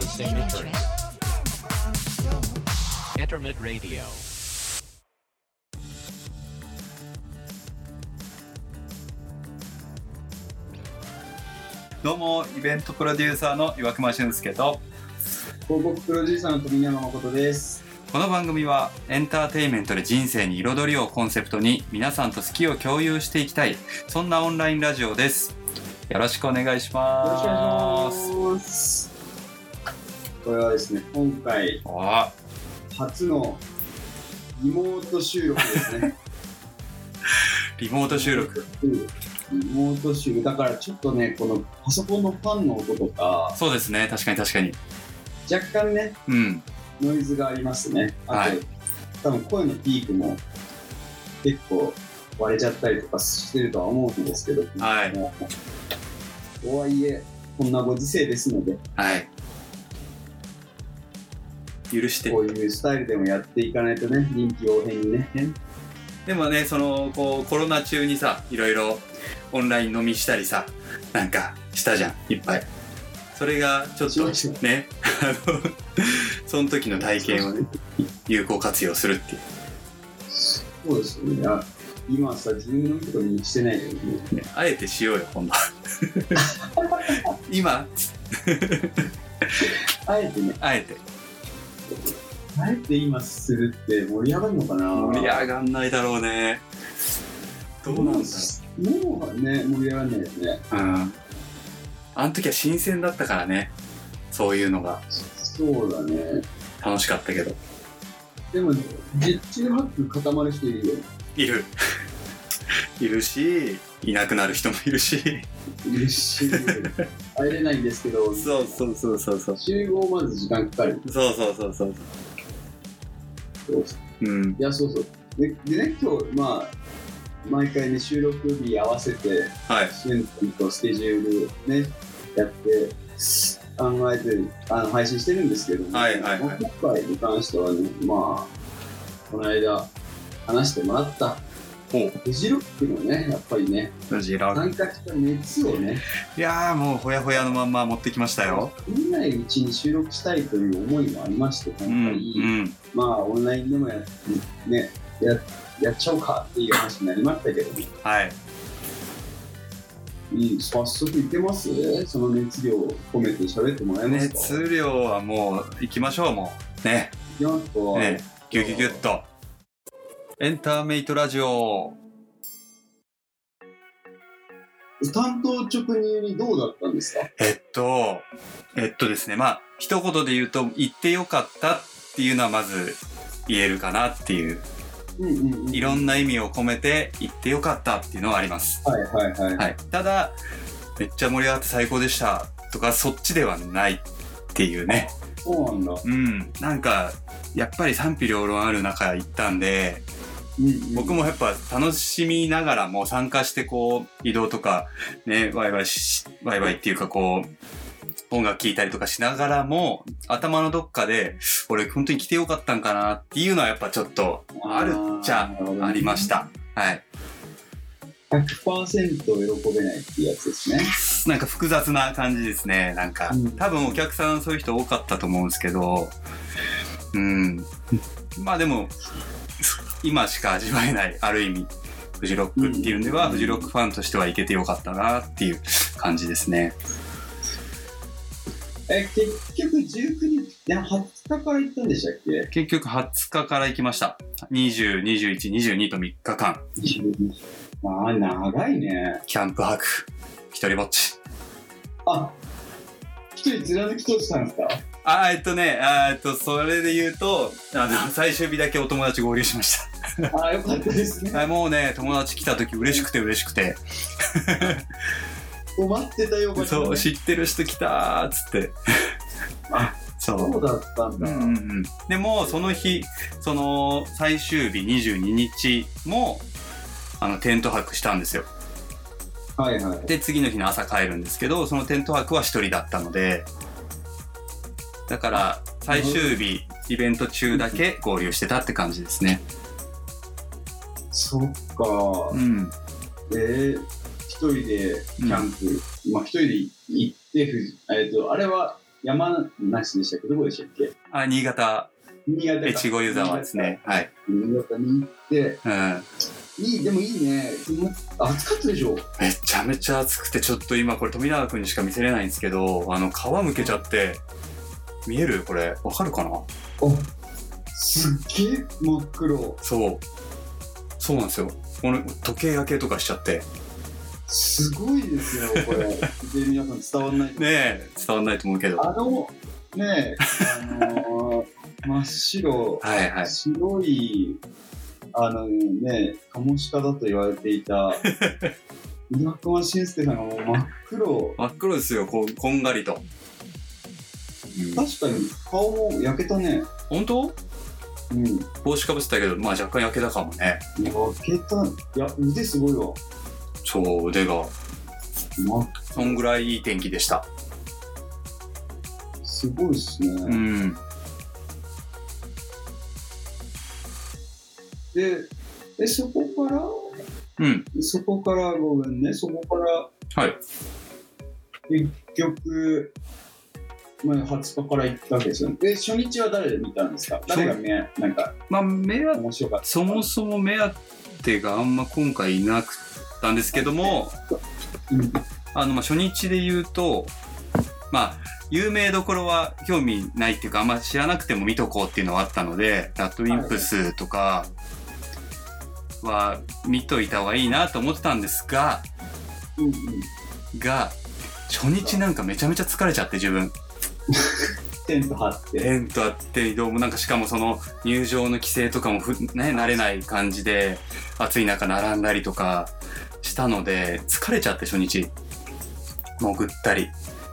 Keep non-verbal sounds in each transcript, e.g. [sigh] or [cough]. signature. Internet Radio. どうもイベントプロデューサーの岩隈俊介と広告プロデューサーの富永誠です。この番組はエンターテインメントで人生に彩りをコンセプトに皆さんと好きを共有していきたいそんなオンラインラジオですよろしくお願いしよろしくお願まいすします。これはですね、今回あ初のリモート収録ですね。リモート収録うんリモート収録だからちょっとね、このパソコンのファンの音とか、そうですね確かに確かに若干ね、うんノイズがありますね。あと、はい多分声のピークも結構割れちゃったりとかしてるとは思うんですけど、はいもうとはいえ、こんなご時世ですので、はい許してこういうスタイルでもやっていかないとね、臨機応変にね。でもねそのこうコロナ中にさいろいろオンライン飲みしたりさなんかしたじゃんいっぱいそれがちょっしとましたねあのその時の体験をね有効活用するっていうそうですよね。いや今さ、自分の見とにしてないよね。ねあえてしようよ [laughs] 今度今あえてね、あえてあえて今するって盛り上がるのかな盛り上がんないだろうねどうなんだろろう。もうね、盛り上がんないよね。ううんあの時は新鮮だったからねそういうのがそうだね。楽しかったけどでも、実地ハック固まる人いるよね。いる [laughs] いるしいなくなる人もいるし嬉しい。入れないんですけ [laughs] ど、そうそうそうそうそう集合まず時間かかる。そうそうそうそうそううんいや、そうそう。ででね、今日、まあ、毎回ね、収録日合わせて、はいシュン君とスケジュールをね、やって、考えて、あの配信してるんですけども、はいはいはいまあ今回に関してはね、まあ、この間、話してもらった、ほうフジロックのね、やっぱりね、無事ラ参加した熱をね、いやーもうほやほやのまんま持ってきましたよ見ないうちに収録したいという思いもありまして、う今んう回、んまあ、オンラインでもやって、ね、ややっちゃおうかっていう話になりましたけども、はいうん、早速いけますその熱量を込めて喋ってもらえますか熱量はもう行きましょうもうねいきますかねギュギュギュッとエンターメイトラジオ担当直入にどうだったんですかえっとえっとですねまあ一言で言うと言ってよかったっていうのはまず言えるかなっていううんうん、うん、いろんな意味を込めて言ってよかったっていうのはありますはいはいはい、はい、ただめっちゃ盛り上がって最高でしたとかそっちではないっていうねそうなんだ、うんなんかやっぱり賛否両論ある中行ったんでうんうん、僕もやっぱ楽しみながらも参加してこう移動とかねワイワイしワイワイっていうかこう音楽聴いたりとかしながらも頭のどっかで俺本当に来てよかったんかなっていうのはやっぱちょっとあるっちゃありましたはい100%喜べないっていうやつですねなんか複雑な感じですね。なんか、うん多分お客さんそういう人多かったと思うんですけど、うん。まあでも、今しか味わえない、ある意味、フジロックっていうのでは、うんフジロックファンとしてはいけてよかったなっていう感じですね。え結局19日いや20日から行ったんでしたっけ [laughs] 結局20日から行きました。20、21、22と3日間、まあ長いねキャンプ泊、一人ぼっち。あ一人貫き通したんですか [laughs] あ、えっとね、あえっと、それで言うと、あの、最終日だけお友達合流しました。あよかったです [laughs] ねはい、もうね、友達来た時嬉しくて嬉しくて、困ってたよこれそう、知ってる人来たーっつって。あ [laughs] そそうだったんう。うだ、んうんうん、でも、その日、その最終日22日も、あの、テント泊したんですよ。はいはいで、次の日の朝帰るんですけど、そのテント泊は一人だったので、だから、最終日、イベント中だけ合流してたって感じですね。そっかうん。で、一人でキャンプ、まあ一人で行って、ふえっと、あれは山梨でしたっけどこでしたっけあ、新潟、新潟か越後湯沢ですね。はい。新潟に行って、うん。いい、でもいいね。もう暑かったでしょめちゃめちゃ暑くて、ちょっと今これ富永くんにしか見せれないんですけど、あの、皮むけちゃって、見えるこれ、わかるかなあ、すっげえ真っ黒。そう。そうなんですよ。この時計がけとかしちゃって。すごいですよ、こ [laughs] れ。で、皆さん伝わんないと思うねえ、伝わんないと思うけど。あはの、ねえ、あのー真っ白、いはい。白い、あのね、カモシカだと言われて [laughs] いた、岩隈慎介さんがもう真っ黒、真っ黒ですよ、こうこんがりと。うん、確かに顔も焼けたね。本当うん。帽子かぶってたけど、まあ若干焼けたかもね。焼けた、いや、腕すごいわ。そう、腕が。真っそんぐらいいい天気でした。すごいですね。うん。で、で、そこから、うん。そこからごめんね、そこから、はい。結局、まあ、20日から行ったわけですよね。で、初日は誰で見たんですか誰が見え、なんか、まあ、目は面白かった。そもそも目当てがあんま今回いなくったんですけども、うんあの、まあ、初日で言うと、まあ、有名どころは興味ないっていうか、あんま知らなくても見とこうっていうのはあったので、ラッドウィンプスとかは見といた方がいいなと思ってたんですが、うんうん。が、初日なんかめちゃめちゃ疲れちゃって自分。テント張って。テントあって移動もなんかしかもその入場の規制とかもふ、ね、慣れない感じで暑い中並んだりとかしたので疲れちゃって初日もうぐったり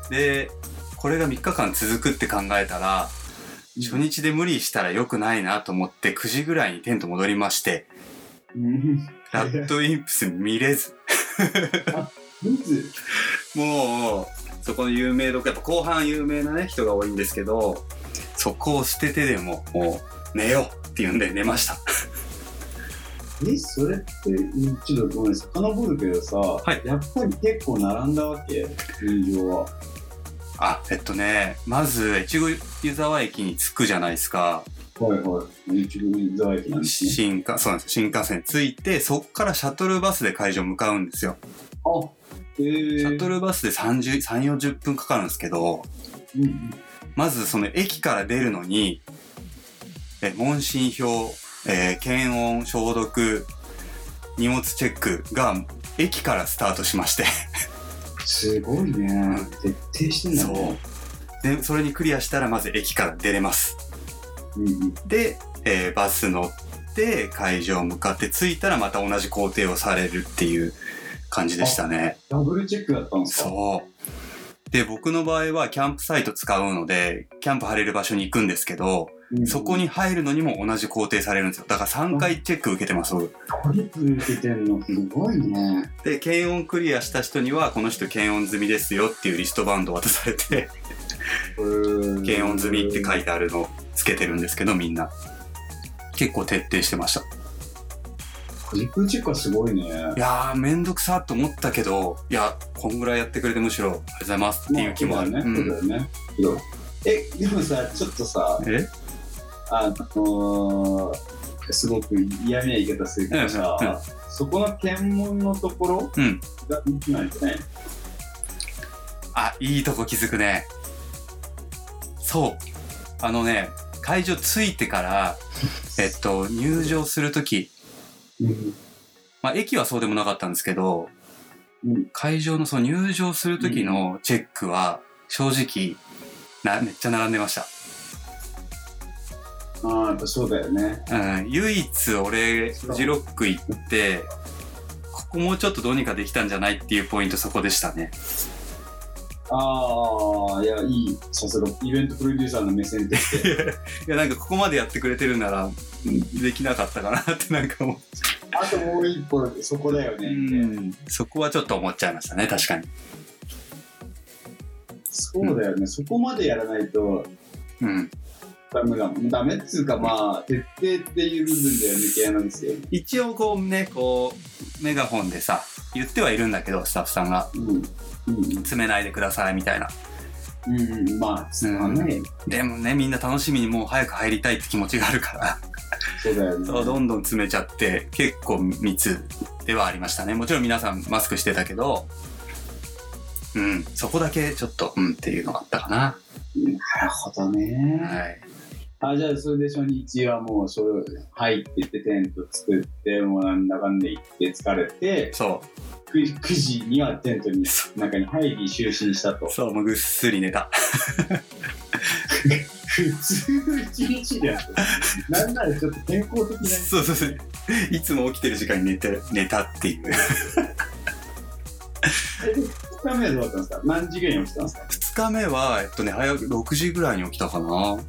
でこれが3日間続くって考えたら初日で無理したら良くないなと思って9時ぐらいにテント戻りましてうん。ラッドインプス見れずいつもうそこの有名どこやっぱ後半有名なね人が多いんですけどそこを捨ててでももう寝ようって言うんで寝ましたえ、それって、うんちょっとごめんなさい。遡るけどさ、いやっぱり結構並んだわけ入場は。あえっとねまず越後湯沢駅に着くじゃないですかはいはい。一部に座駅なんですね。新幹そうなんですよ新幹線に着いてそっからシャトルバスで会場向かうんですよあ、えー。シャトルバスで30 3 4 0分かかるんですけどうんうん。まずその駅から出るのにえ問診票、えー検温消毒荷物チェックが駅からスタートしましてすごいね。徹底してんだね。 [laughs] でそれにクリアしたらまず駅から出れますうんうん。で、えーバス乗って会場向かって着いたらまた同じ工程をされるっていう感じでしたねダブルチェックだったんですかそうで僕の場合はキャンプサイト使うのでキャンプ張れる場所に行くんですけどうんそこに入るのにも同じ工程されるんですよだから3回チェック受けてます僕トリプル受けてんのすごいね。で検温クリアした人にはこの人検温済みですよっていうリストバンドを渡されて検 [laughs] 検温済みって書いいてあるのつけてるんですけどみんな結構徹底してましたトリプルチェックはすごいね。いやーめんどくさと思ったけどいやこんぐらいやってくれてむしろありがとうございますっていう気もある、まそうだよね。そうだよねえ、でもさ、ちょっとさ、うん、えあのー、すごく嫌みな言い方するけどさ、うんうんそこの検問のところうんが見てないとね。あいいとこ気づくねそうあのね会場着いて [laughs] からえっと入場する時うんまあ駅はそうでもなかったんですけど、うん会場のその入場する時のチェックは正直なめっちゃ並んでましたああ、やっぱそうだよね。うん、唯一俺フジロック行ってここもうちょっとどうにかできたんじゃないっていうポイントそこでしたねああ、いや、いい。さすが、イベントプロデューサーの目線で。いやなんかここまでやってくれてるならできなかったかなってなんかも [laughs] あともう一歩、そこだよう、ね。みたいなそこはちょっと思っちゃいましたね確かに、そうだよね、そこまでやらないとうん、ダメだもん。ダメっつうか、まあ、徹底っていう部分では抜け穴ですよね。一応こうねこうメガホンでさ言ってはいるんだけどスタッフさんがうん。うん。詰めないでくださいみたいなうんうん、まあ、つまんない。でもね、みんな楽しみにもう早く入りたいって気持ちがあるから、そうだよね。そうどんどん詰めちゃって、結構密ではありましたね。もちろん皆さんマスクしてたけど、うん、そこだけちょっと、うんっていうのがあったかな。なるほどね。はい。あ、じゃあ、それで初日はもう、それ入ってって、テント作って、もうなんだかんで行って疲れて、そ 9, 9時にはテントに中に入り就寝したとう、。そう、もうぐっすり寝た。普通の一日でやった。なんならちょっと健康的な。そうそうそう。いつも起きてる時間に寝て、寝たっていう。 2日目はどうだったんですか何時ぐらいに起きたんですか2日目は、えっとね、早く6時ぐらいに起きたかな。あう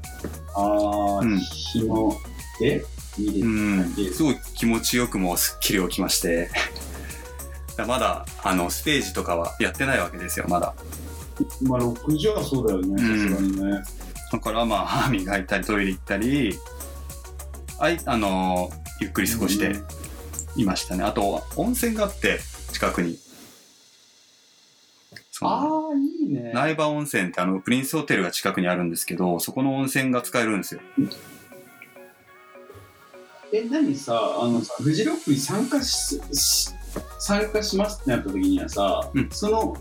んー、日の出見うれん。すごい気持ちよくもうすっきり起きまして。だまだ、あの、ステージとかはやってないわけですよ、まだ。まあ、6時はそうだよね、さんすがにね。だからまあ [laughs] 歯磨いたりトイレ行ったりあいあのーゆっくり過ごしていましたね、あと温泉があって近くにそのああ、いいね。苗場温泉ってあのプリンスホテルが近くにあるんですけどそこの温泉が使えるんですよえ、何さ、あのさ、フジロックに参加し、し参加しますってなった時にはさ、うんその、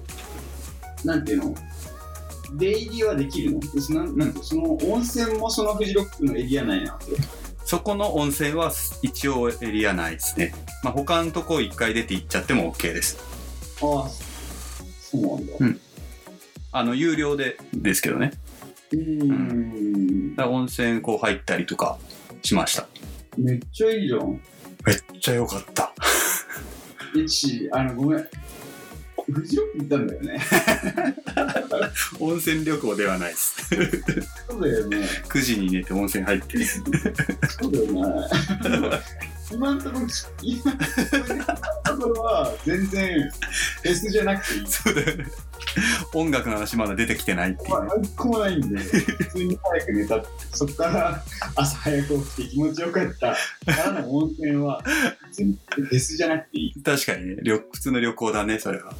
なんていうの出入りはできるのそのなんていうのその温泉もそのフジロックのエリア内なわけそこの温泉は一応エリア内ですね、まあ、他のとこ一回出て行っちゃっても OK ですああ、そうなんだ。あの有料でですけどねうーん。だから温泉こう入ったりとかしましためっちゃいいじゃん。めっちゃ良かったえ、ち、あの、ごめん。フジロック行ったんだよね。 [laughs] 温泉旅行ではないですそうだよね。 9時に寝て温泉入ってそうだよね。今のところ、今のところは全然フェスじゃなくていい。そうだよね音楽の話まだ出てきてないっていうまあ、何個もないんで、普通に早く寝た。そこから朝早く起きて気持ちよかった。からの温泉は、全然フェスじゃなくていい。確かにね旅普通の旅行だねそれは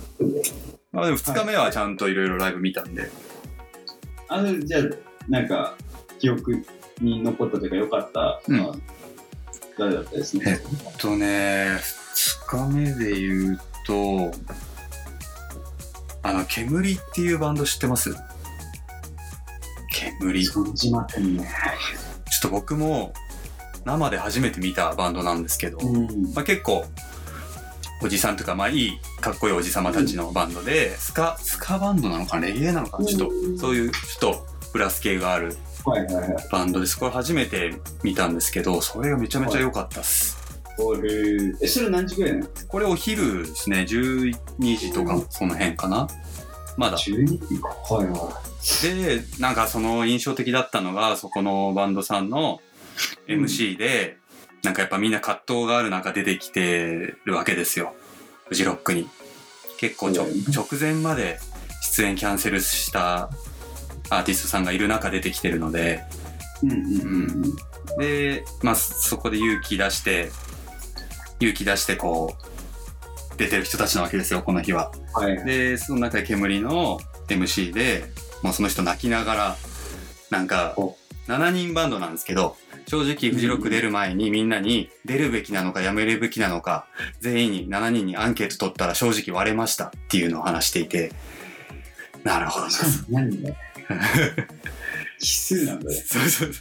まあでも2日目はちゃんといろいろライブ見たんで、あの、じゃあ、なんか、記憶に残ったというか、良かった、うんまあ誰だったですえね。えっとね2日目で言うとあの煙っていうバンド知ってます煙ちょっ存じませんね。と僕も生で初めて見たバンドなんですけど、うん。まあ、結構おじさんとかまあいいかっこいいおじさまたちのバンドで、スカスカバンドなのかなレゲエなのかなちょっうんとそういうちょっとブラス系があるはいはいはい。バンドですこれ初めて見たんですけどそれがめちゃめちゃ良かったっす、ゴール。え、それ何時ぐらいなのこれお昼ですね12時とかその辺かなまだ ?12 時か。はいはい。でなんかその印象的だったのがそこのバンドさんの MC で、なんかやっぱみんな葛藤がある中出てきてるわけですよフジロックに結構ちょそうだよね直前まで出演キャンセルしたアーティストさんがいる中出てきてるのでうんうんうんうん。で、まあ、そそこで勇気出して勇気出してこう出てる人たちなわけですよこの日ははい。でその中で煙の MC でもうその人泣きながらなんかお7人バンドなんですけど正直フジロック出る前にみんなに出るべきなのかやめるべきなのか全員に7人にアンケート取ったら正直割れましたっていうのを話していてなるほどなしかも何 [laughs] だよ。奇数なんだね。そうそうそう。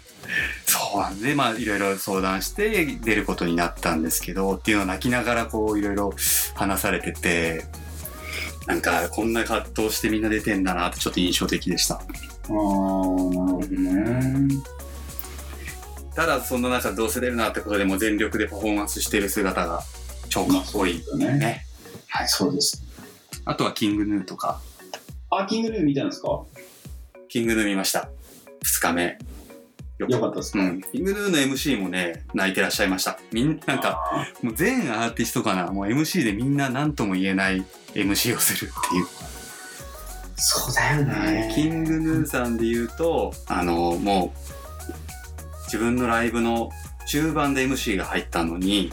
そうなんで、まあ、いろいろ相談して出ることになったんですけど、っていうのを泣きながら、こう、いろいろ話されてて、なんか、こんな葛藤してみんな出てんだなって、ちょっと印象的でした。ああ、なるほどね。ただ、そんな中、どうせ出るなってことでもう全力でパフォーマンスしてる姿が、超かっこいい。だね。ね。はい、そうです。あとは、キングヌーとか、あ、キングヌー見たんですかよキングヌー見ました。2日目。よかったですうか、ん。キングヌーの MC もね、泣いてらっしゃいました。みん、なんか、あもう全アーティストかなもう MC でみんな何とも言えない MC をするっていう、ー、そうだよね。キングヌーさんで言うとあのもう自分のライブの中盤で MC が入ったのに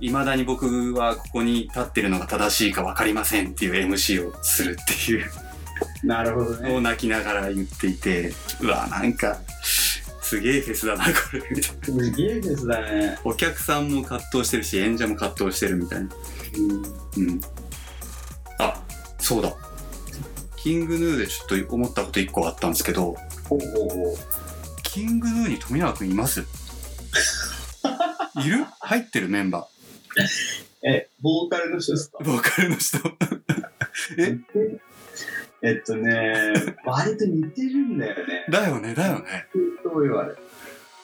いまだに僕はここに立ってるのが正しいか分かりませんっていう MC をするっていうなるほどね。を泣きながら言っていて、うわ、なんか、すげえフェスだな、これ、みたいな。すげえですだね。お客さんも葛藤してるし、演者も葛藤してるみたいな。うん。うん。あ、そうだ。キングヌーでちょっと思ったこと一個あったんですけど、ほうほうほキングヌーに富永くんいますいる入ってるメンバう。え、ボーカルの人ですかー。ボーカルの人。ええっとね、割と似てるんだよね。だよね、だよね。系統よ、あれ。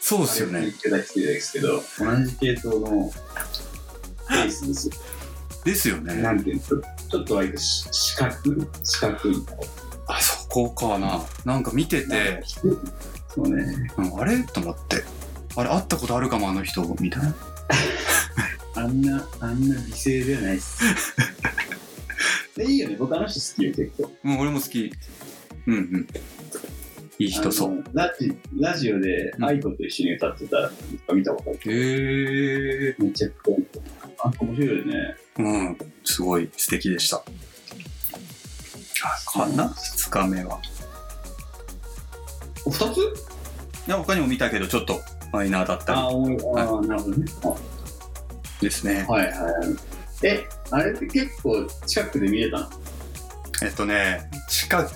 そうでそすよね。た人ですけど、同じ系統のベースですよ。ですよねな。んていうのちょちょっと割とし四角、四角い。あ、そこかな。なんか見てて、そうね。うんあれと思って。あれ、会ったことあるかも、あの人、みたいな。あんな、あんな美声ではない [laughs] っす。で、いいよね。僕あの人好きよ、結構。うん、俺も好き。うんうん。いい人そあう。のラジ。ラジオでうん愛子と一緒に歌ってたの見たことある。へえ。めっちゃかっこいい。あ、面白いよね。うん、すごい素敵でした。あかな ?2 日目は。お二ついや、他にも見たけど、ちょっとマイナーだったあ、おいあー、なるほどね。ありですね。はいはい。え、あれって結構近くで見れたのえっとね、近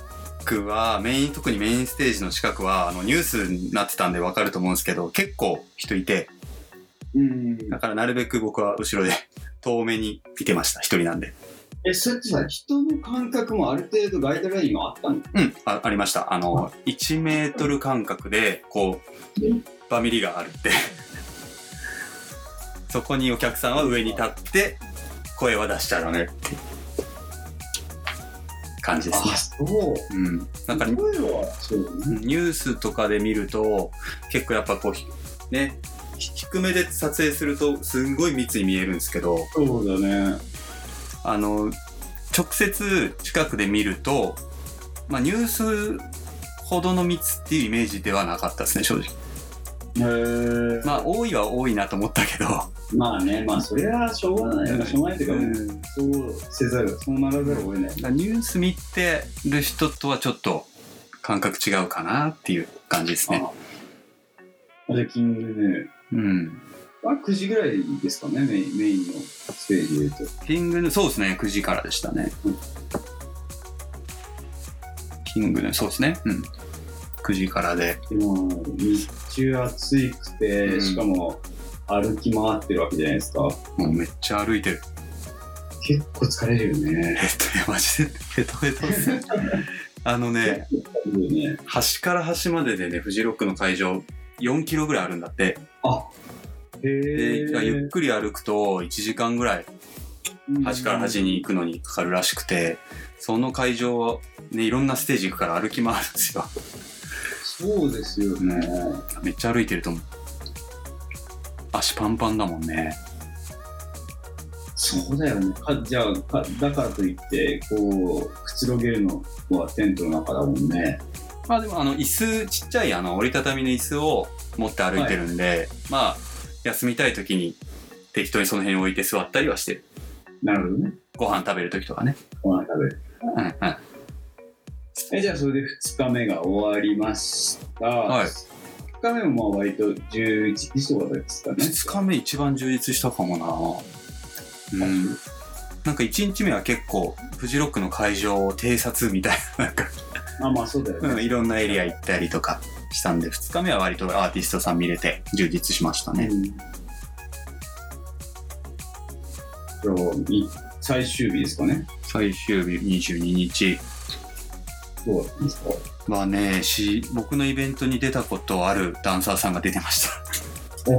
くは、メイン、特にメインステージの近くは、あの、ニュースになってたんでわかると思うんですけど、結構人いて、うん。だからなるべく僕は後ろで遠目に見てました。一人なんで。え、それってさ、人の感覚もある程度ガイドラインがあったのうん、あありました。あの、1メートル間隔で、こうんう、バミリがあるって。 [laughs] そこにお客さんは上に立って、声は出しちゃダメって感じですね。そう。うん。なんか、すニごいわ。そうだね。ュースとかで見ると、結構やっぱこうひ、ね、ひ低めで撮影すると、すんごい密に見えるんですけど、そうだね。あの直接近くで見ると、まあ、ニュースほどの密っていうイメージではなかったですね正直へーまあ多いは多いなと思ったけど、まあね、まあそれはしょうがないよね。しょうがないっていううか、もうんだかそうせざる、そうならざるを得ない。らニュース見てる人とはちょっと感覚違うかなっていう感じですねあじゃあ、キングヌー。うんあ、9時ぐらいですかね、メインメインのステージで言うと。キングヌーそうですね9時からでしたね、うんキングヌーそうですねうん9時からででも日中暑いくて、うんしかも歩き回ってるわけじゃないですかもうめっちゃ歩いてる結構疲れるよねえっと、マジで、ヘトヘトっすね。あのね、疲れるよね端から端まででね、フジロックの会場、4キロぐらいあるんだって。あへで、ゆっえくり歩くと1時間ぐらい、端から端に行くのにかかるらしくて、その会場は、ね、いろんなステージ行くから歩き回るんですよ。そうですよねめっちゃ歩いてると思う。足パンパンだもんね。そうだよねかじゃあかだからといってこうくつろげるのはテントの中だもんねまあでも、あの、椅子、ちっちゃい、あの、折りたたみの椅子を持って歩いてるんで、まあ、休みたい時に適当にその辺に置いて座ったりはしてるなるほどねご飯食べる時とかね。ご飯食べるうんうん。えじゃあそれで2日目が終わりました、はい2日目もまあ割と11時とかですかね2日目一番充実したかもなうん。なんか1日目は結構、フジロックの会場を偵察みたいな、なんか、あまあそうだよね、うんいろんなエリア行ったりとかしたんで、2日目は割とアーティストさん見れて充実しましたね。うん今日い最終日ですかね。最終日22日どうだったんですかはね、し、僕のイベントに出たことあるダンサーさんが出てました。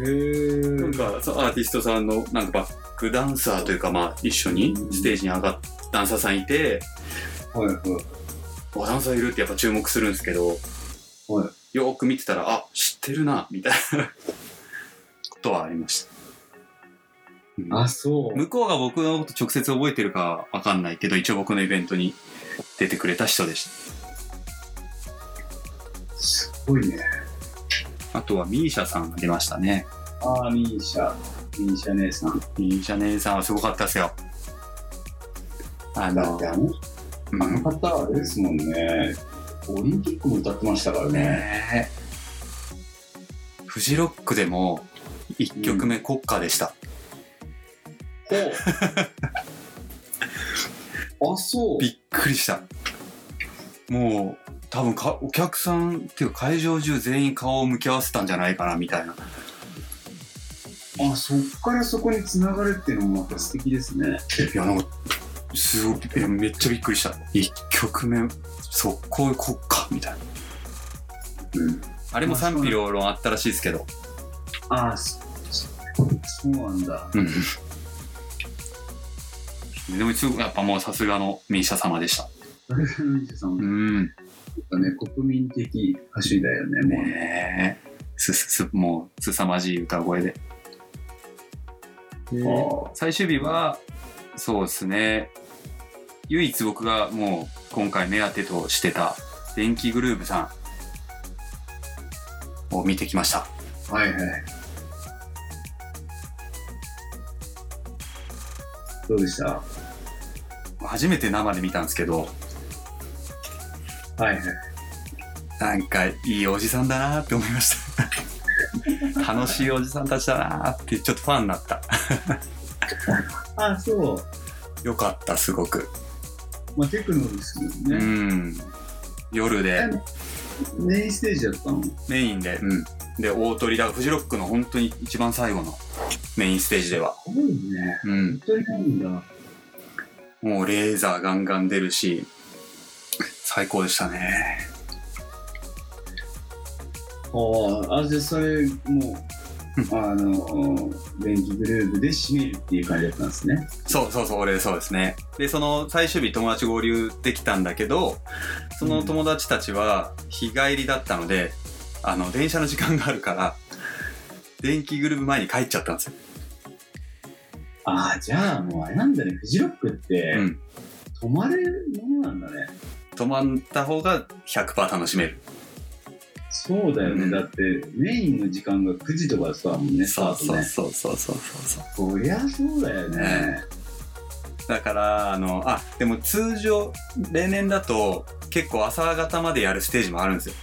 へぇなんかそうアーティストさんのなんかバックダンサーというかまあ一緒にステージに上がったダンサーさんいて、はいはい。おダンサーいるってやっぱ注目するんですけど、はよーく見てたらあ知ってるなみたいな [laughs] ことはありました、うんあ、そう。向こうが僕のこと直接覚えてるかわかんないけど一応僕のイベントに出てくれた人でしすごいね。たあとはミーシャさんが出ましたねあー、ミーシャ。ミーシャ姉さん。ミーシャ姉さんはすごかったですよあだっのてあの、うんあの方はあれですもんね。オリンピックも歌ってましたからね。ねえフジロックでも1曲目国歌でした、ほうあ、そう。びっくりしたもう多分かお客さんっていうか会場中全員顔を向き合わせたんじゃないかなみたいなあ、そっからそこに繋がるっていうのもまた素敵ですね。いやなんかすごいいやめっちゃびっくりした1曲目速攻国歌みたいなうん。あれも賛否両論あったらしいですけどあ、そそそうなんだ。うんでもすごくやっぱもうさすがの民社様でした誰がミンジさんもんね、国民的歌手だよね、もうね。ねえすすすもう凄まじい歌声であ最終日はそうですね唯一僕がもう今回目当てとしてた電気グルーヴさんを見てきましたあはいはい。どうでしたは初めて生で見たんですけどいはい。なんかいいおじさんだなって思いました楽しいおじさんた [laughs] ちだなってちょっとファンになったあ、そう。よかったすごくまあ、テクノですけうどね。ん夜でメインステージだったのメインで、うん、で大鳥だからフジロックの本当に一番最後のメインステージでは、すごいね。うん、本当になんだ。もうレーザーガンガン出るし最高でしたねああ、あ、じゃあそれ、もう、あの、電気グループで締めるっていう感じだったんですね。そうそうそう俺そうですねでその最終日友達合流できたんだけどその友達たちは日帰りだったのであの電車の時間があるから電気グループ前に帰っちゃったんですよ、ああ、じゃあもうあれなんだね。フジロックって、うん、泊まれるものなんだね。泊まった方が100%楽しめるそうだよね、うんだってメインの時間が9時とかさもんね、スタそうートそうね。そうそうそうそうそりゃそうだよね。だからあのあでも通常例年だと結構朝方までやるステージもあるんですよ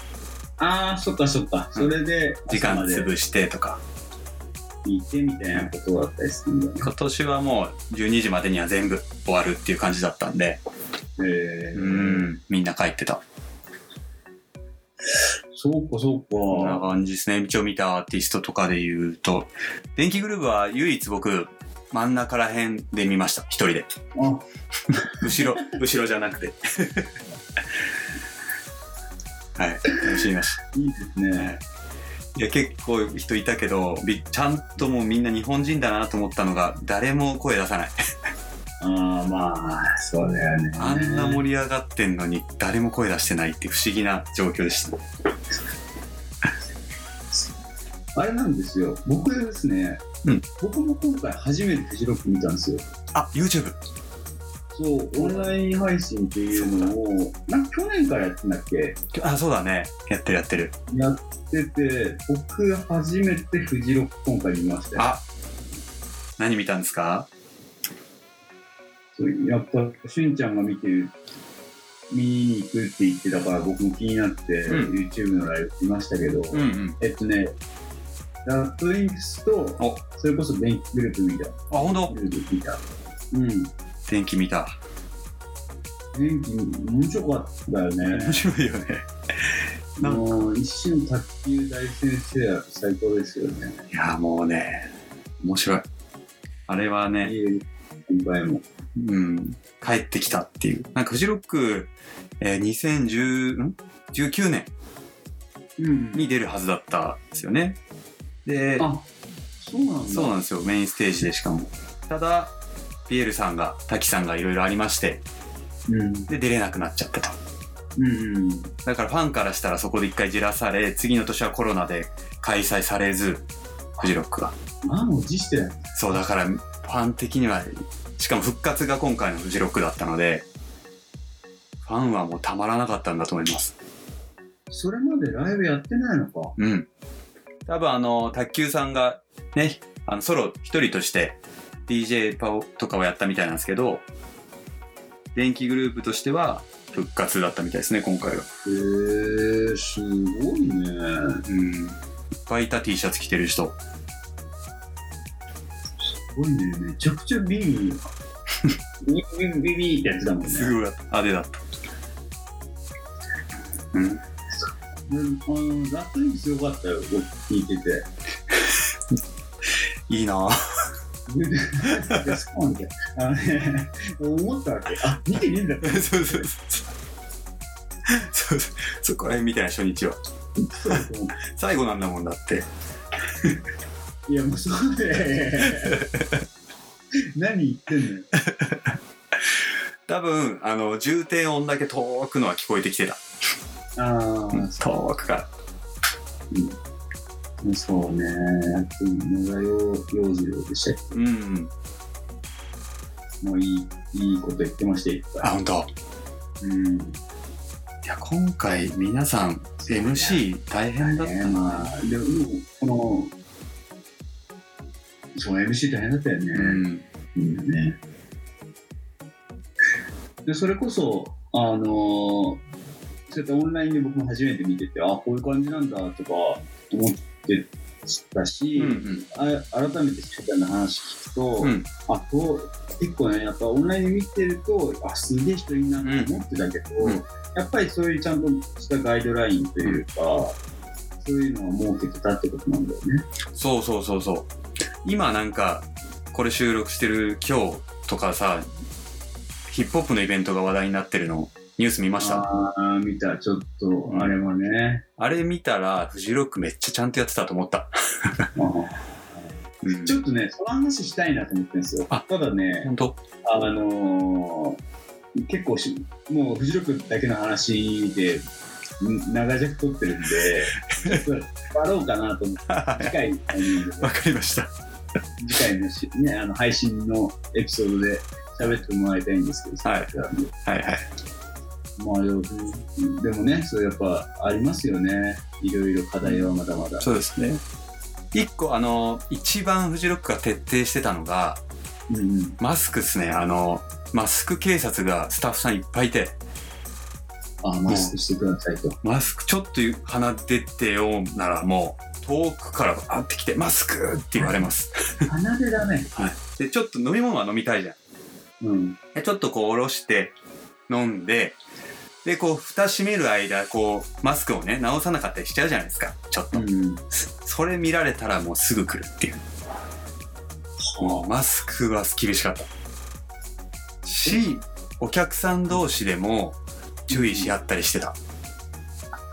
ああ、そっかそっか。それで、時間で潰してとかいてみたいなことだったりするんだね。今年はもう12時までには全部終わるっていう感じだったんでへえうんみんな帰ってたそうかそうこんなか。感じですね一応見たアーティストとかで言うと電気グルーヴは唯一僕真ん中ら辺で見ました一人であ [laughs] 後ろ後ろじゃなくてはい楽しみましたいいですね。いや結構人いたけどびちゃんともうみんな日本人だなと思ったのが誰も声出さないああ、まあ、そうだよね。あんな盛り上がってんのに誰も声出してないっていう不思議な状況でしたあれなんですよ。僕ですね、うん僕も今回初めてフジロック見たんですよ。あ YouTube そう、オンライン配信っていうのを、なんか去年からやってんだっけあそうだねやってるやってるやってて、僕初めてフジロック今回見ましたよあ何見たんですかそうやっぱ、しゅんちゃんが見てる、見に行くって言ってたから、僕も気になって、う YouTube のライブ見ましたけど、んうんえっとね、ラップインクスおと、それこそ電気グループ見た。あ本当グループ見た。うん。天気見た電気、面白かったよね面。白いよねなんかもう一瞬卓球大先生は最高ですよね。いやもうね面白いあれはね今回も。うん、帰ってきたっていう。なんかフジロック、えー2010ん19年うんに出るはずだったんですよね。で、あ、そうなんだ。そうなんですよ、メインステージでしかも。ただ、ピエールさんが、滝さんがいろいろありまして、うん。で、出れなくなっちゃったと。うん。だからファンからしたらそこで一回じらされ、次の年はコロナで開催されず、フジロックが。満を持してだよ。そう、だから、ファン的には、しかも復活が今回のフジロックだったので、ファンはもうたまらなかったんだと思います。それまでライブやってないのか。うん。多分あの、卓球さんがね、あのソロ一人として DJ パオとかをやったみたいなんですけど、電気グループとしては復活だったみたいですね、今回は。へえー、すごいね。うん。いっぱいいた T シャツ着てる人。すごいね。めちゃくちゃビビビビビビビってやつだもんね。すごいあれだった。うん。うん、あの、ラットインすごかったよ、僕聞いてて。いいなぁ。 [laughs] いやそうなんだよ。あのね、思ったわけ。あ、見てねえんだって。 [laughs] そうそうそうそう。そうそうそこら辺みたいな初日は。そうだと思最後なんだもんだって。ういや、もうそうで。何言ってんのよ。多分、あの、重低音だけ遠くのは聞こえてきてた。ああ、遠くから。そうね。野田洋洋次郎でしたっうんうん。けもういい、いいこと言ってましたよ、いっあ、ぱ本当。い。うん。いや、今回皆さん MC 大変だったねな。まあ、でも、この、そう、MC 大変だったよね。うん。いいよね。でそれこそ、あのーそうやってオンラインで僕も初めて見てて、あこういう感じなんだとか思ってたし、うんあ改めて世界の話聞くと、うん。うん。あと結構ね、やっぱオンラインで見てると、あすげえ人いいなって思ってたけど、うんやっぱりそういうちゃんとしたガイドラインというか、そういうのは設けてたってことなんだよね。そうそうそうそう。今なんか、これ収録してる今日とかさ、ヒップホップのイベントが話題になってるの、ニュース見ましたあああ、見た、ちょっと、あれはね。れ見たら、フジロックめっちゃちゃんとやってたと思った。あーうんちょっとね、その話したいなと思ってるんですよ。あただね、本当あのー結構し、もうフジロックだけの話で、ん長尺取ってるんで、ちょっと、終わろうかなと思って、 [laughs] 次回、あのわかりました。次回のし、ね、あの配信のエピソードで喋ってもらいたいんですけど、はいせっかくなんではいはい。まあ、でもでもね、そうやっぱありますよね。いろいろ課題はまだまだ。そうですね。一個、あの、一番フジロックが徹底してたのが、うんうん、マスクっすね。あの、マスク警察がスタッフさんいっぱいいて、あ、マスクしてください [laughs] と。マスクちょっと鼻出てよならもう、遠くからバーってきて、マスクって言われます。鼻でだね。で、ちょっと飲み物は飲みたいじゃん。うん。でちょっとこう、おろして、飲んで、で、こう、蓋閉める間、こう、マスクをね、直さなかったりしちゃうじゃないですか。ちょっうと。ん。それ見られたらもうすぐ来るっていう。もうマスクは厳しかった。し、お客さん同士でも注意し合ったりしてた。あ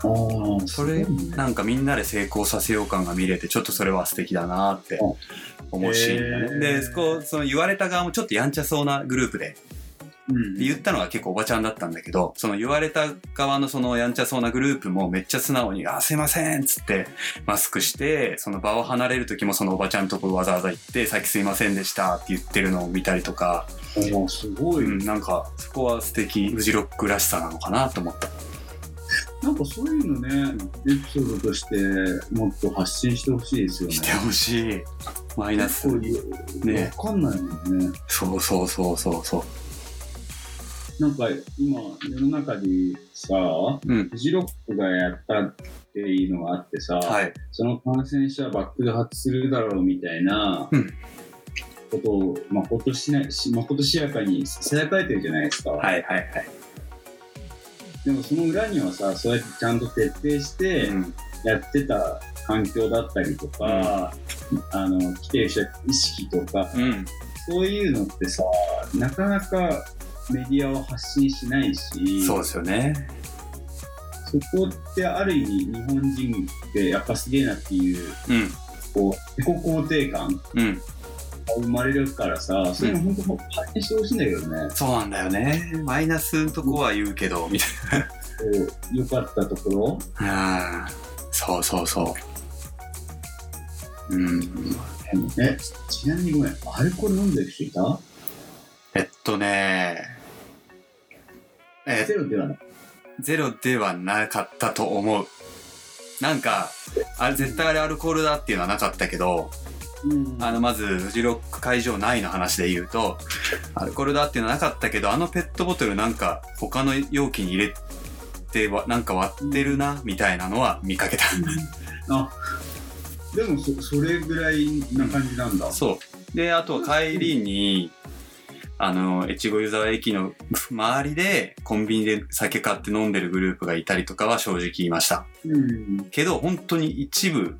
あ、それ、すごいねなんかみんなで成功させよう感が見れて、ちょっとそれは素敵だなって思うシーンだね。へーで、そこ、その言われた側もちょっとやんちゃそうなグループで、うんで言ったのが結構おばちゃんだったんだけど、その言われた側のそのやんちゃそうなグループもめっちゃ素直に、あ、すいませんっつってマスクして、その場を離れる時もそのおばちゃんとこわざわざ行って、さっきすいませんでしたって言ってるのを見たりとか、おーすごい、うん、なんかそこは素敵、フジロックらしさなのかなと思った。なんかそういうのねエピソードとしてもっと発信してほしいですよねしてほしい。マイナ結ス。構いねわかんないもんねそうそうそうそうそう。なんか今世の中でさうん。フジロックがやったっていうのがあってさ、はい。その感染者は爆発するだろうみたいなうんことをまことしないしまことしやかにささやかれてるじゃないですか、はいはいはい。でもその裏にはさそうやってちゃんと徹底して、うん。やってた環境だったりとか、あの来てる人意識とかうん。そういうのってさなかなかメディアを発信しないしそうですよね。そこってある意味日本人ってやっぱすげえなっていううん。こう自己肯定感がうん。生まれるからさそういうの本当発信してほしいんだけどね、そうなんだよね。マイナスのとこは言うけど、みたいこう良かったところな。うん。そうそうそう。うん。えちなみにごめんアルコール飲んでる人いたえっとね。えゼロではないゼロではなかったと思う。なんか、あれ絶対あれアルコールだっていうのはなかったけど、うんあの、まず、フジロック会場内の話で言うと、アルコールだっていうのはなかったけど、あのペットボトルなんか、他の容器に入れては、なんか割ってるな、みたいなのは見かけた。あでもそそれぐらいな感じなんだ、そう。で、あとは帰りに、あの、越後湯沢駅の [laughs] 周りで、コンビニで酒買って飲んでるグループがいたりとかは正直いました。うん、けど、本当に一部、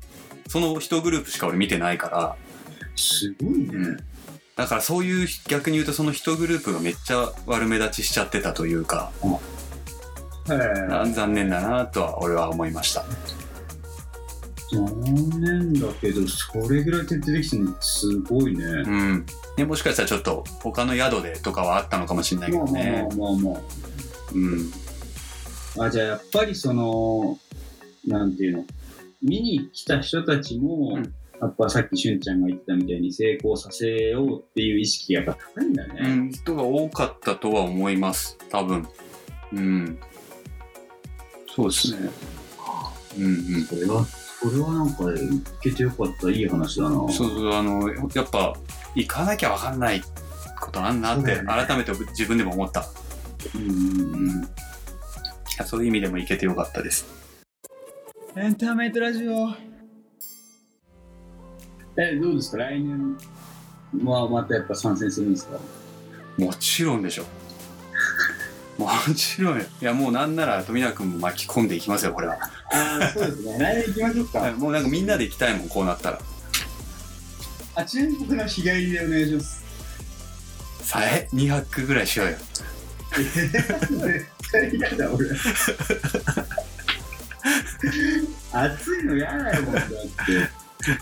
その一グループしか俺見てないから、すごいね、だからそういう逆に言うとその一グループがめっちゃ悪目立ちしちゃってたというか、へあえ残念だなとは俺は思いました残念だけどそれぐらい徹底できてるのすごいね、うんねもしかしたらちょっと他の宿でとかはあったのかもしれないけどねまあまあまあまあうんまああじゃあやっぱりそのなんていうの見に来た人たちも、うんやっぱさっきしゅんちゃんが言ってたみたいに成功させようっていう意識がやっぱ高いんだうね、ん人が多かったとは思います多分うんそうですねねうんうんこれはこれはなんか聞けてよかったいい話だなそうそうあのやっぱ行かなきゃ分かんないことあんなっそうだてよね改めて自分でも思ったうんうんうんそういう意味でも行けてよかったですエンターメイトラジオえどうですか来年はまたやっぱ参戦するんですかもちろんでしょ。もちろんよいや、もうなんなら富永君も巻き込んでいきますよ、これは。ああそうですね来年行きましょうかもうなんかみんなで行きたいもん、こうなったら。あちなみに僕の日帰りでお願いしますさえ、2泊ぐらいしようよ。絶対嫌だ俺暑いの嫌だよもんだって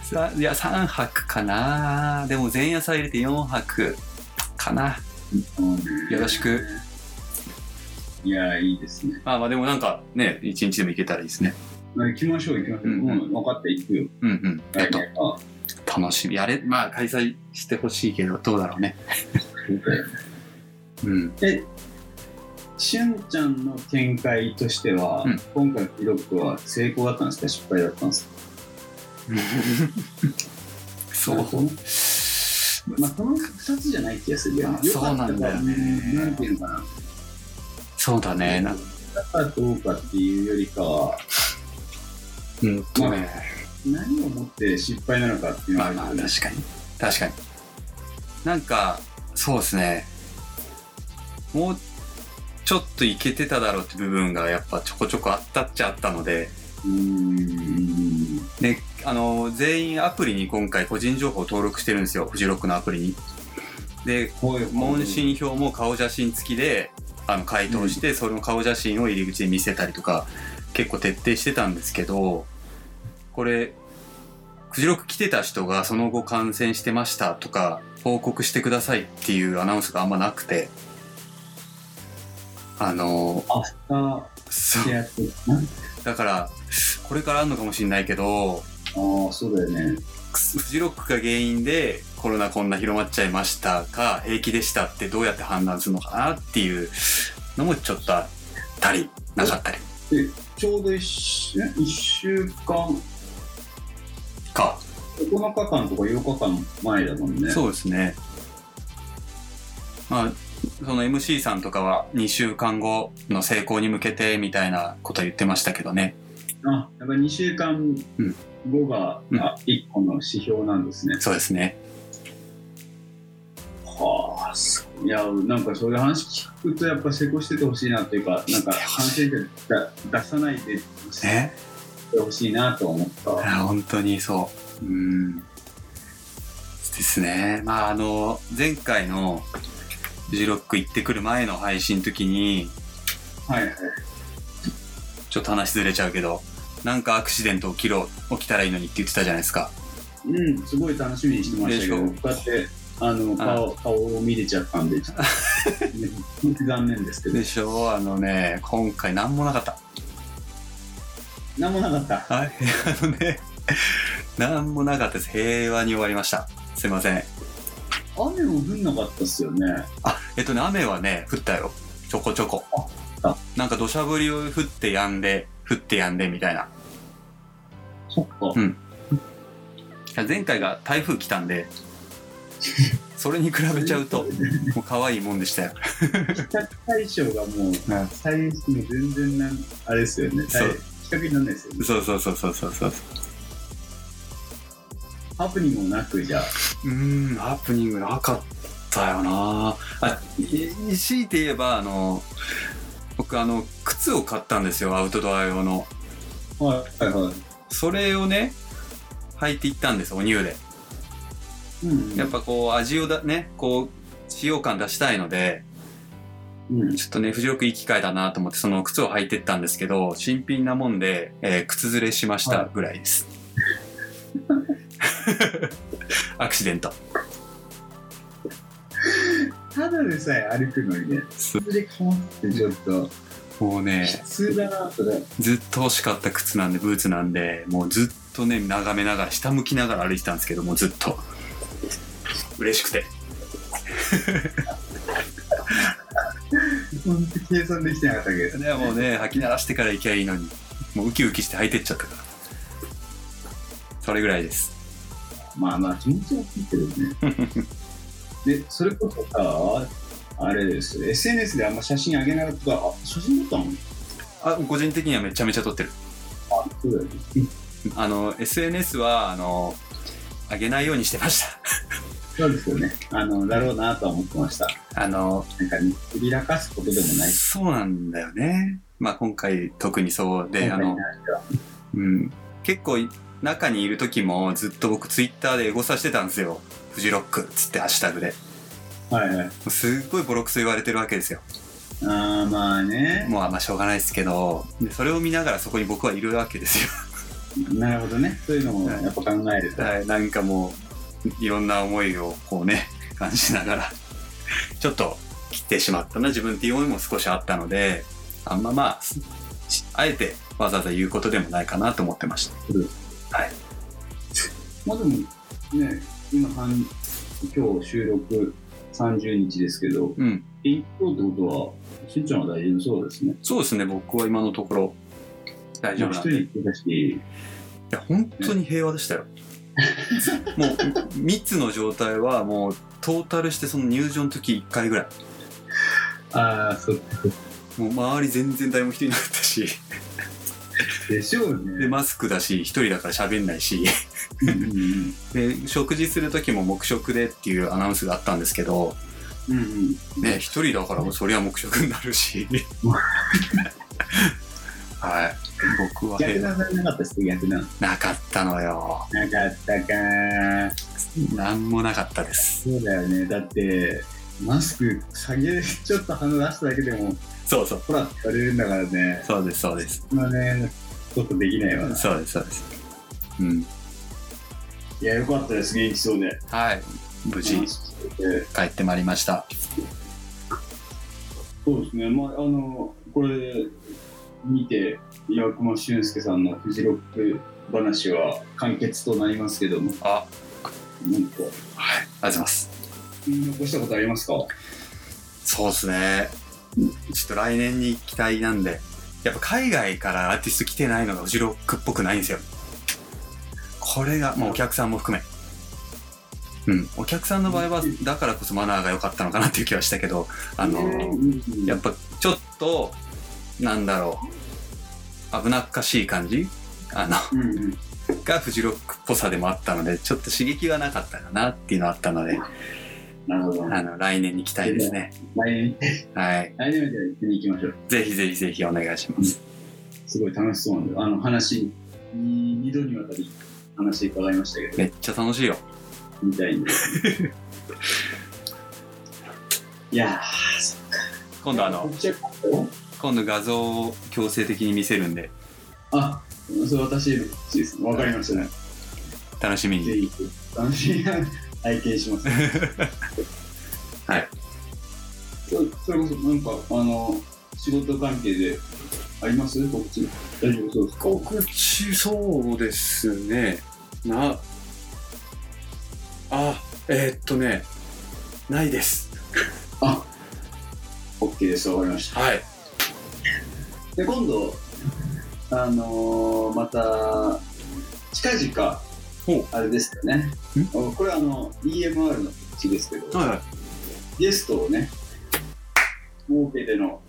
さいや、3泊かなでも前夜祭入れて4泊かなよろしく。いやいいですねまあまあ、でもなんかね、1日でも行けたらいいですね。まあ行きましょう行きましょう、うんうん分かった行くようんうん。やっ来と年は楽しみ。やれ、まあ開催してほしいけど、どうだろうね。うん。えしゅんちゃんの見解としては、うん今回の記録は成功だったんですか失敗だったんですかそう。まあその2つじゃない気がするよそうなんだよね良かったかなんていうのかなそうだね。なだからどうかっていうよりかはうんとね。何をもって失敗なのかっていうのまあがまある確かに確かになんかそうですねもうちょっといけてただろうって部分がやっぱちょこちょこあったっちゃあったのでうーんであの全員アプリに今回個人情報登録してるんですよフジロックのアプリにでこういう問診票も顔写真付きであの回答して、その顔写真を入り口で見せたりとか結構徹底してたんですけどこれフジロック来てた人がその後感染してましたとか報告してくださいっていうアナウンスがあんまなくてあのアフターそうケアってなんだからこれからあるのかもしれないけどああそうだよねフジロックが原因でコロナこんな広まっちゃいましたか平気でしたってどうやって判断するのかなっていうのもちょっとあったりなかったりちょうど 1, 週間か、 9日間とか8日間前だもんねそうですねまあその MC さんとかは2週間後の成功に向けてみたいなこと言ってましたけどねあやっぱ2週間うん後が、うんあ1個の指標なんですね、そうですねはあすごいいやなんかそういう話聞くとやっぱ成功しててほしいなっていうかなんしてかほ感し染者だ出さないでしてねほしいなと思った、いや本当にそううんですねまああの前回のフジロック行ってくる前の配信の時にはいはいちょっと話ずれちゃうけど、なんかアクシデント起きろ、起きたらいいのにって言ってたじゃないですか。うん、すごい楽しみにしてましたけど、でこしょうやってあの顔顔を見れちゃったんで、ちょっとね残念ですけどで、しょあのね、今回なんもなかった。なんもなかった。はい、 [laughs] あのね、なんもなかったです。平和に終わりました。すいません。雨も降んなかったっすよね。あ、えっとね、雨はね、降ったよ。ちょこちょこああ。なんか土砂降りを降ってやんで、降ってやんでみたいな。そっか。うん前回が台風来たん [laughs] でそれに比べちゃうともう可愛いもんでしたよ企画対象がもう、ん最初に全然なん、あれですよね。そう企画にならないですよね。そうそうそうそうそうそうハプニングもなく、じゃあ。うーんハプニングなかったよなあい強いて言えばあの僕あの靴を買ったんですよアウトドア用のはいはいはい。それをね履いていったんですお乳でうんうんやっぱこう味をだねこう使用感出したいのでうんちょっとね藤岡いい機会だなと思ってその靴を履いてったんですけど新品なもんで、えー靴ずれしましたぐらいです、 [laughs] アクシデントただでさえ歩くのにね、すそれで困ってちょっと、もうね普通だなとね。ずっと欲しかった靴なんでブーツなんでもうずっとね眺めながら下向きながら歩いてたんですけどもうずっと嬉しくてほんと計算できてなかったけど。でもうね吐き鳴らしてから行きゃいいのにもうウキウキして履いてっちゃったからそれぐらいですまあまあ気持ちはついてるね。 [laughs] で、それこそさ、あれです、SNS であんま写真あげなかったから、あ写真撮ったのあ個人的にはめちゃめちゃ撮ってるあ、そうだよね。あの SNS はあの上げないようにしてましたそうですよね。あの、だろうなとは思ってました。あのなんか、ね、振りらかすことでもない。そうなんだよねまあ今回特にそうであ今回のに、関してはうん、結構中にいる時もずっと僕ツイッターでエゴサしてたんですよフジロックっつってハッシュタグではいはい。すっごいボロクソ言われてるわけですよあーまあね。もうあんましょうがないですけどでそれを見ながらそこに僕はいるわけですよなるほどね。そういうのもはいやっぱ考えると。 [laughs] はい、なんかもういろんな思いをこうね感じながらちょっと切ってしまったな自分っていう思いも少しあったのであんままあしあえてわざわざ言うことでもないかなと思ってましたまあでも、ね、今半、今日収録30日ですけど、うん勉強ってことは、しんちゃんは大丈夫そうですね。そうですね僕は今のところ大丈夫まあなん一人でい行ってたし、や本当に平和でしたよもう3つの状態はもうトータルしてその入場の時1回ぐらいああ、そうもう周り全然誰も人いなかったしでしょうでね。マスクだし1人だから喋んないしうんうんで食事する時も黙食でっていうアナウンスがあったんですけど、うんうんね、一人だからそりゃ黙食になるしはい僕は逆ねなされなかったです逆な。なかったのよなかったかー何もなかったですそうだよね。だって、マスク下げ、ちょっと鼻出しただけでも、そうそうほらって言われるんだからね。そうですそうですまあね、ちょっとできないわ。そうですそうですうんいや、よかったです、元気そうで。はい無事え帰ってまいりましたそうですね、まあ、あの、これ見て、岩隈俊介さんのフジロック話は完結となりますけども、あなはいありんか、がとうございます言い残したことありますかそうですねちょっと来年に期待なんでやっぱ海外からアーティスト来てないのがフジロックっぽくないんですよこれがもうお客さんも含めうんお客さんの場合はだからこそマナーが良かったのかなっていう気はしたけどあのやっぱちょっとなんだろう危なっかしい感じあのうんうんがフジロックっぽさでもあったのでちょっと刺激がなかったかなっていうのはあったのでなるほど。あの来年に期待ですね来年、はい来年はじゃあ行って行きましょう。ぜひぜひぜひお願いしますすごい楽しそうなんで、あの話、に二度にわたり話伺いましたけど、めっちゃ楽しいよみ [laughs] たいに。いやー、そっか今度あのこっちは今度画像を強制的に見せるんであ、それ私の口です。わかりましたね。楽しみぜにひ、楽しみな拝見します。 [laughs] はい。そそれこそ、なんか、あの、仕事関係で、あります告知。大丈夫そうですか告知そうですねなあえーっとねないですあ、OK です。わかりました。はいで今度あのーまた近々ほうあれですよねこれはあの EMR の告知ですけどはいはいゲストをね儲けての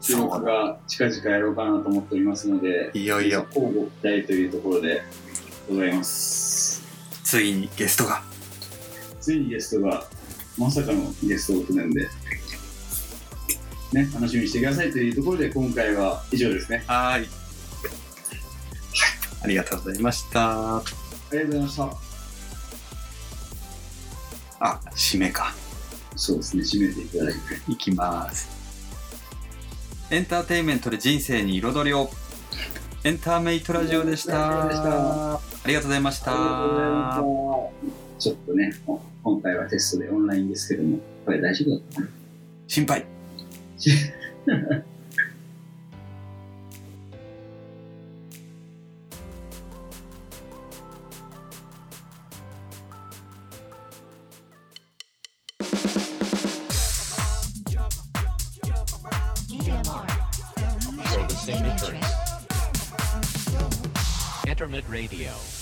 収そう録が近々やろうかなと思っておりますのでいよいよ交互期待というところでございますついにゲストがついにゲストがまさかのゲストオフなんでね楽しみにしてくださいというところで今回は以上ですねはーいありがとうございましたありがとうございましたあ締めかそうですね締めていただいていきますエンターテインメントで人生に彩りをエンターメイトラジオでしたエンターメイトラジオありがとうございましたありがとうございますちょっとねもう今回はテストでオンラインですけどもこれ大丈夫だった心配 for the signatories. Internet Radio.